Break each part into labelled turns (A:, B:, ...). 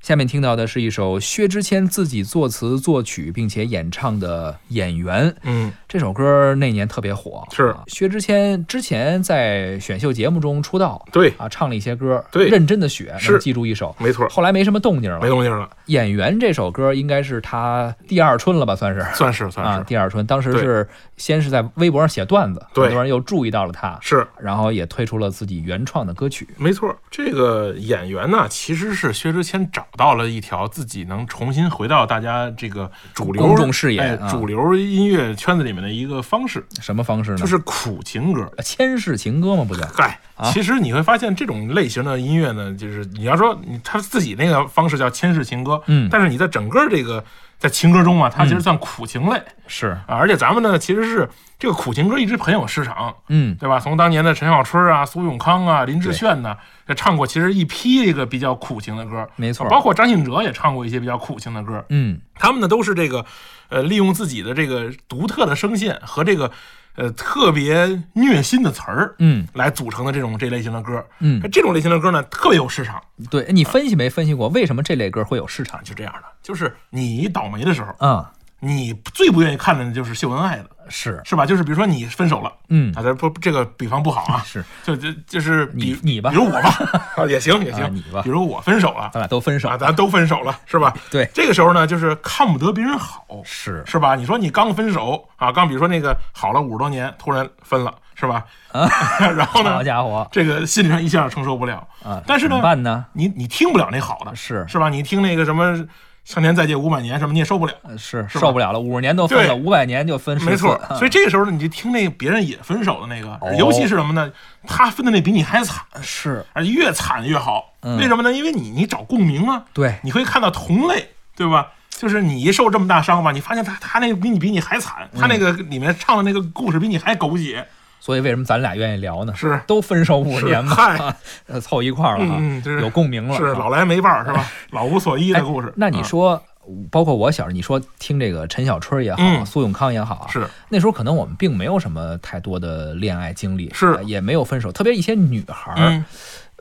A: 下面听到的是一首薛之谦自己作词作曲并且演唱的《演员》
B: 嗯
A: 这首歌，那年特别火。
B: 是
A: 啊薛之谦之前在选秀节目中出道，
B: 对，
A: 啊，唱了一些歌，
B: 对
A: 认真的学，
B: 是
A: 能记住一首。
B: 没错，
A: 后来没什么动静了。
B: 没动静了，
A: 演员这首歌应该是他第二春了吧，算是
B: 算是
A: 啊，
B: 算
A: 第二春。当时
B: 对
A: 是先是在微博上写段子，
B: 对
A: 很多人又注意到了他，
B: 是是。
A: 然后也推出了自己原创的歌曲。
B: 没错，这个演员呢，其实是薛之谦找到了一条自己能重新回到大家这个主流
A: 公众视野
B: 哎
A: 啊
B: 主流音乐圈子里面的一个方式，
A: 什么方式呢？
B: 就是苦情歌。
A: 千世情歌嘛，不叫
B: 嗨，其实你会发现这种类型的音乐呢，就是你要说你他自己那个方式叫千世情歌，
A: 嗯
B: 但是你在整个这个在情歌中啊，它其实算苦情类、
A: 是，
B: 啊，而且咱们呢其实是这个苦情歌一直很有市场，
A: 嗯，
B: 对吧？从当年的陈小春啊、苏永康啊、林志炫呐、这唱过其实一批这个比较苦情的歌，
A: 没错
B: 包括张信哲也唱过一些比较苦情的歌，
A: 嗯，
B: 他们呢都是这个，呃，利用自己的这个独特的声线和这个，呃，特别虐心的词儿，
A: 嗯，
B: 来组成的这种这类型的歌，
A: 嗯
B: 这种类型的歌呢特别有市场，啊
A: 对你分析没分析过为什么这类歌会有市场？
B: 就这样的，就是你倒霉的时候，
A: 啊、
B: 你最不愿意看的就是秀恩爱的，
A: 是，
B: 是吧？就是比如说你分手了。
A: 嗯，
B: 啊，咱不这个比方不好啊，
A: 是，
B: 就就就是比
A: 你你吧
B: 比如我吧， 啊也行也
A: 啊
B: 行，
A: 你吧
B: 比如我分手了
A: 咱俩都分手
B: 啊，，咱都分手了是吧？
A: 对
B: 这个时候呢，就是看不得别人好，
A: 是
B: 是吧？你说你刚分手啊，刚比如说那个好了五十多年，突然分了是吧？
A: 啊，
B: 然
A: 好
B: 后呢，
A: 家伙
B: 这个心理上一下承受不了，
A: 啊，
B: 但是
A: 怎
B: 呢
A: 么，办呢？
B: 你你听不了那好的，
A: 是
B: 是吧？你听那个什么上天再借五百年什么你也受不了，
A: 呃是
B: 是吧
A: 受不了了，五十年都分了，
B: 对
A: 五百年就 分十次，
B: 没错，
A: 啊
B: 所以这个时候呢，你就听那个别人也分手的那个，
A: 哦
B: 尤其是什么呢？他分的那比你还惨，
A: 是
B: 而且越惨越好。
A: 嗯
B: 为什么呢？因为你你找共鸣啊，
A: 对，
B: 你会看到同类，对吧？就是你一受这么大伤吧，你发现他他那个比你比你还惨，
A: 嗯
B: 他那个里面唱的那个故事比你还狗血，
A: 所以为什么咱俩愿意聊呢？
B: 是
A: 都分手五
B: 是
A: 年嘛，
B: 嗨
A: 呃 凑一块儿了啊，
B: 嗯嗯这是
A: 有共鸣了，
B: 是
A: 啊
B: 老来没伴儿是吧？老无所依的故事。
A: 那你
B: 嗯
A: 说，包括我小时候，你说听这个陈小春也好，
B: 嗯
A: 苏永康也好，啊
B: 是
A: 那时候可能我们并没有什么太多的恋爱经历，
B: 是
A: 呃也没有分手，特别一些女孩儿、
B: 嗯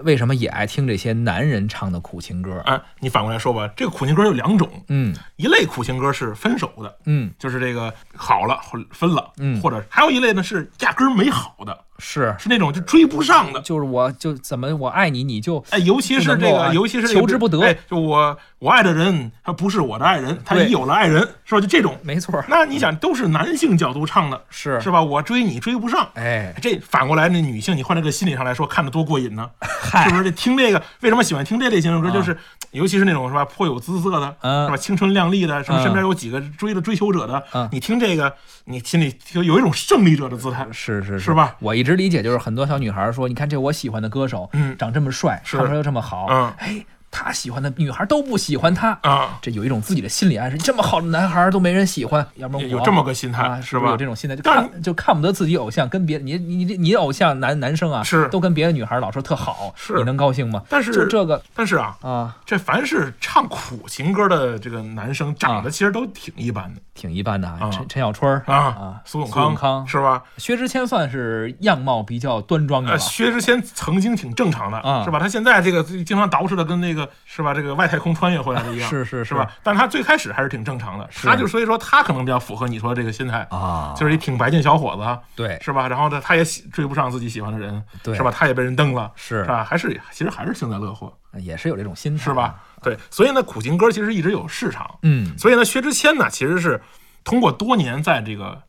A: 为什么也爱听这些男人唱的苦情歌？
B: 哎，你反过来说吧，这个苦情歌有两种，
A: 嗯
B: 一类苦情歌是分手的，
A: 嗯，
B: 就是这个好了或分了，
A: 嗯
B: 或者还有一类呢是压根儿没好的，
A: 是，
B: 是那种就追不上的。
A: 就是我就怎么我爱你，你就
B: 哎，尤其是
A: 不
B: 这
A: 能够
B: 个，
A: 啊
B: 尤其是这个
A: 求之不得
B: 哎，就我我爱的人，他不是我的爱人，他
A: 对
B: 已有了爱人，是吧？就这种。
A: 没错儿，
B: 那你想，都是男性角度唱的，
A: 是
B: 是吧？我追你追不上，
A: 哎，
B: 这反过来，那女性，你换这个心理上来说，看着多过瘾呢，是不是？这听这个，为什么喜欢听这类型的歌？
A: 啊
B: 就是尤其是那种是吧，颇有姿色的，
A: 嗯
B: 是吧？青春靓丽的，什么
A: 嗯
B: 身边有几个追的追求者
A: 嗯
B: 的，你听这个，你心里就有一种胜利者的姿态。
A: 是是
B: 是吧？
A: 我一直理解就是很多小女孩儿说，你看这我喜欢的歌手，
B: 嗯
A: 长这么帅，
B: 是
A: 唱歌又这么好，
B: 嗯
A: 哎，他喜欢的女孩儿都不喜欢他，
B: 啊，
A: 这有一种自己的心理暗示，这么好的男孩儿都没人喜欢，要不然我
B: 有这么个心态
A: 嗯啊，
B: 是
A: 不是
B: 吧
A: 有这？种心态，就
B: 但
A: 看就看不得自己偶像跟别你你你你的偶像男男生啊，
B: 是
A: 都跟别的女孩儿老说特好，
B: 是
A: 你能高兴吗？
B: 但是
A: 就这个
B: 但是啊，
A: 啊，
B: 这凡是唱苦情歌的这个男生，长得其实都挺一般的
A: 挺一般的啊
B: 啊。
A: 陈陈小春儿
B: 啊
A: 嗯啊，，
B: 苏
A: 永
B: 永康
A: 康
B: 是吧？
A: 薛之谦算是样貌比较端庄的
B: 呃，
A: 了，
B: 薛之谦曾经挺正常的，
A: 啊
B: 是吧？他现在这个经常捯饬的跟那个是吧，这个外太空穿越回来的一样，
A: 是是
B: 是吧？但是他最开始还是挺正常的，他就所以说他可能比较符合你说的这个心态，
A: 啊，
B: 就是一挺白净小伙子，
A: 对
B: 是吧？然后呢，他也喜追不上自己喜欢的人，
A: 对
B: 是吧？他也被人蹬了，
A: 是嗯
B: 吧？还是其实还是幸灾乐祸，
A: 也是有这种心态，啊
B: 是吧？？对，所以呢，苦情歌其实一直有市场，
A: 嗯，
B: 所以呢，薛之谦呢，其实是通过多年在这个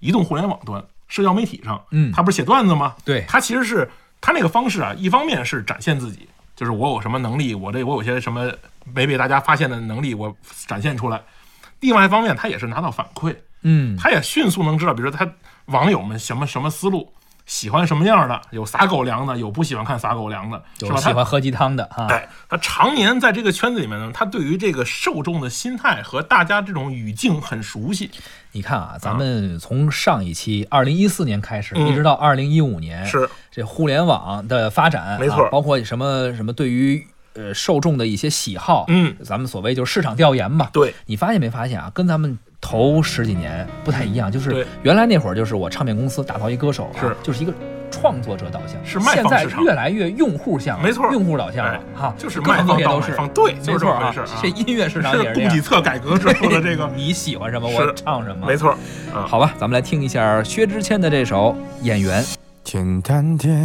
B: 移动互联网端、社交媒体上，
A: 嗯
B: 他不是写段子吗？
A: 对
B: 他其实是他那个方式啊，一方面是展现自己，就是我有什么能力，我这我有些什么没被大家发现的能力，我展现出来。另外一方面，他也是拿到反馈，
A: 嗯，
B: 他也迅速能知道，比如说他网友们什么什么思路，喜欢什么样的，有撒狗粮的，有不喜欢看撒狗粮的，是
A: 有
B: 吧？
A: 喜
B: 他
A: 欢喝鸡汤的啊，
B: 哎，他常年在这个圈子里面呢，他对于这个受众的心态和大家这种语境很熟悉。
A: 你看啊，咱们从上一期二零一四年开始，
B: 嗯
A: 一直到二零一五年，
B: 是
A: 这互联网的发展，
B: 没错
A: 啊包括什么什么对于呃受众的一些喜好，
B: 嗯，
A: 咱们所谓就是市场调研吧。
B: 对，
A: 你发现没发现啊？跟咱们头十几年不太一样，就
B: 对
A: 是原来那会儿就是我唱片公司打造一歌手啊、
B: 是
A: 就是一个创作者导向，
B: 是卖
A: 现
B: 方
A: 在
B: 市场
A: 越来越用户向了，
B: 没错
A: 用户导向
B: 哎
A: 了哈，
B: 就是
A: 各
B: 卖
A: 行
B: 方
A: 各业
B: 到
A: 都
B: 买
A: 是
B: 方对就是
A: 没
B: 这
A: 错
B: 么回
A: 啊
B: 事啊，
A: 这音乐市场也是
B: 是
A: 这
B: 供给
A: 样，，
B: 侧改革之后的这个
A: 你喜欢什么
B: 是
A: 我唱什么，
B: 没错啊。
A: 好吧，咱们来听一下薛之谦的这首《演员》。
C: 简单点，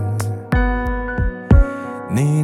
C: 你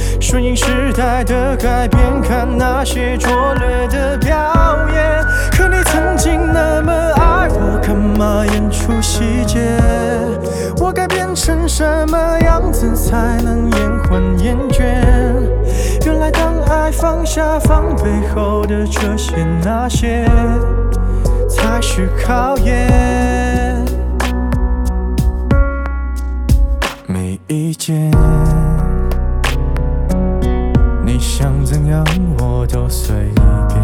C: 顺应时代的改变，看那些拙劣的表演。可你曾经那么爱我，干嘛演出细节？我该变成什么样子才能延缓厌倦？原来当爱放下防备后的这些那些，才是考验。没意见。你想怎样我都随便。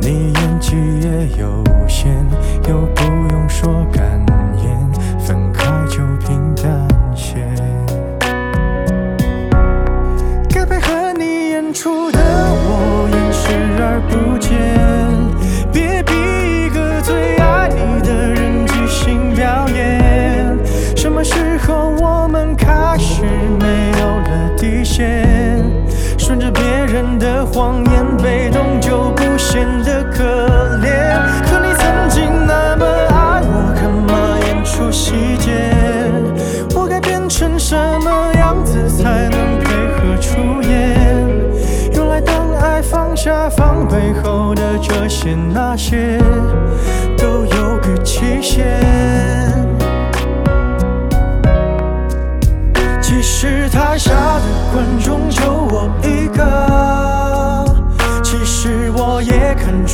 C: 你演技也有限，又不用说感言，分开就平淡些。该配合你演出的我，演视而不见。别逼一个最爱你的人即兴表演。什么时候我们开始没有了底线？顺着别人的谎言，被动就不显得可怜。可你曾经那么爱我，干嘛演出细节？我该变成什么样子才能配合出演？原来当爱放下防备后的这些那些，都有个期限。其实台下的观众就我一个，其实我也看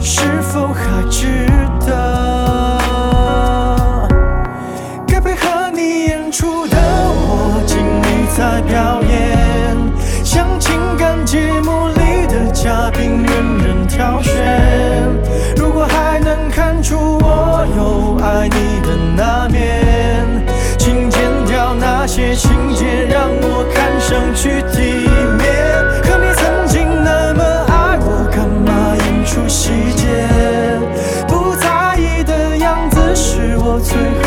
C: 是否还值得？该配合你演出的我，尽力在表演，像情感节目里的嘉宾，任人挑选。如果还能看出我有爱你的那面，请剪掉那些情节，让我看上去体面。可你曾经那么爱我，干嘛演出细节？不在意的样子是我最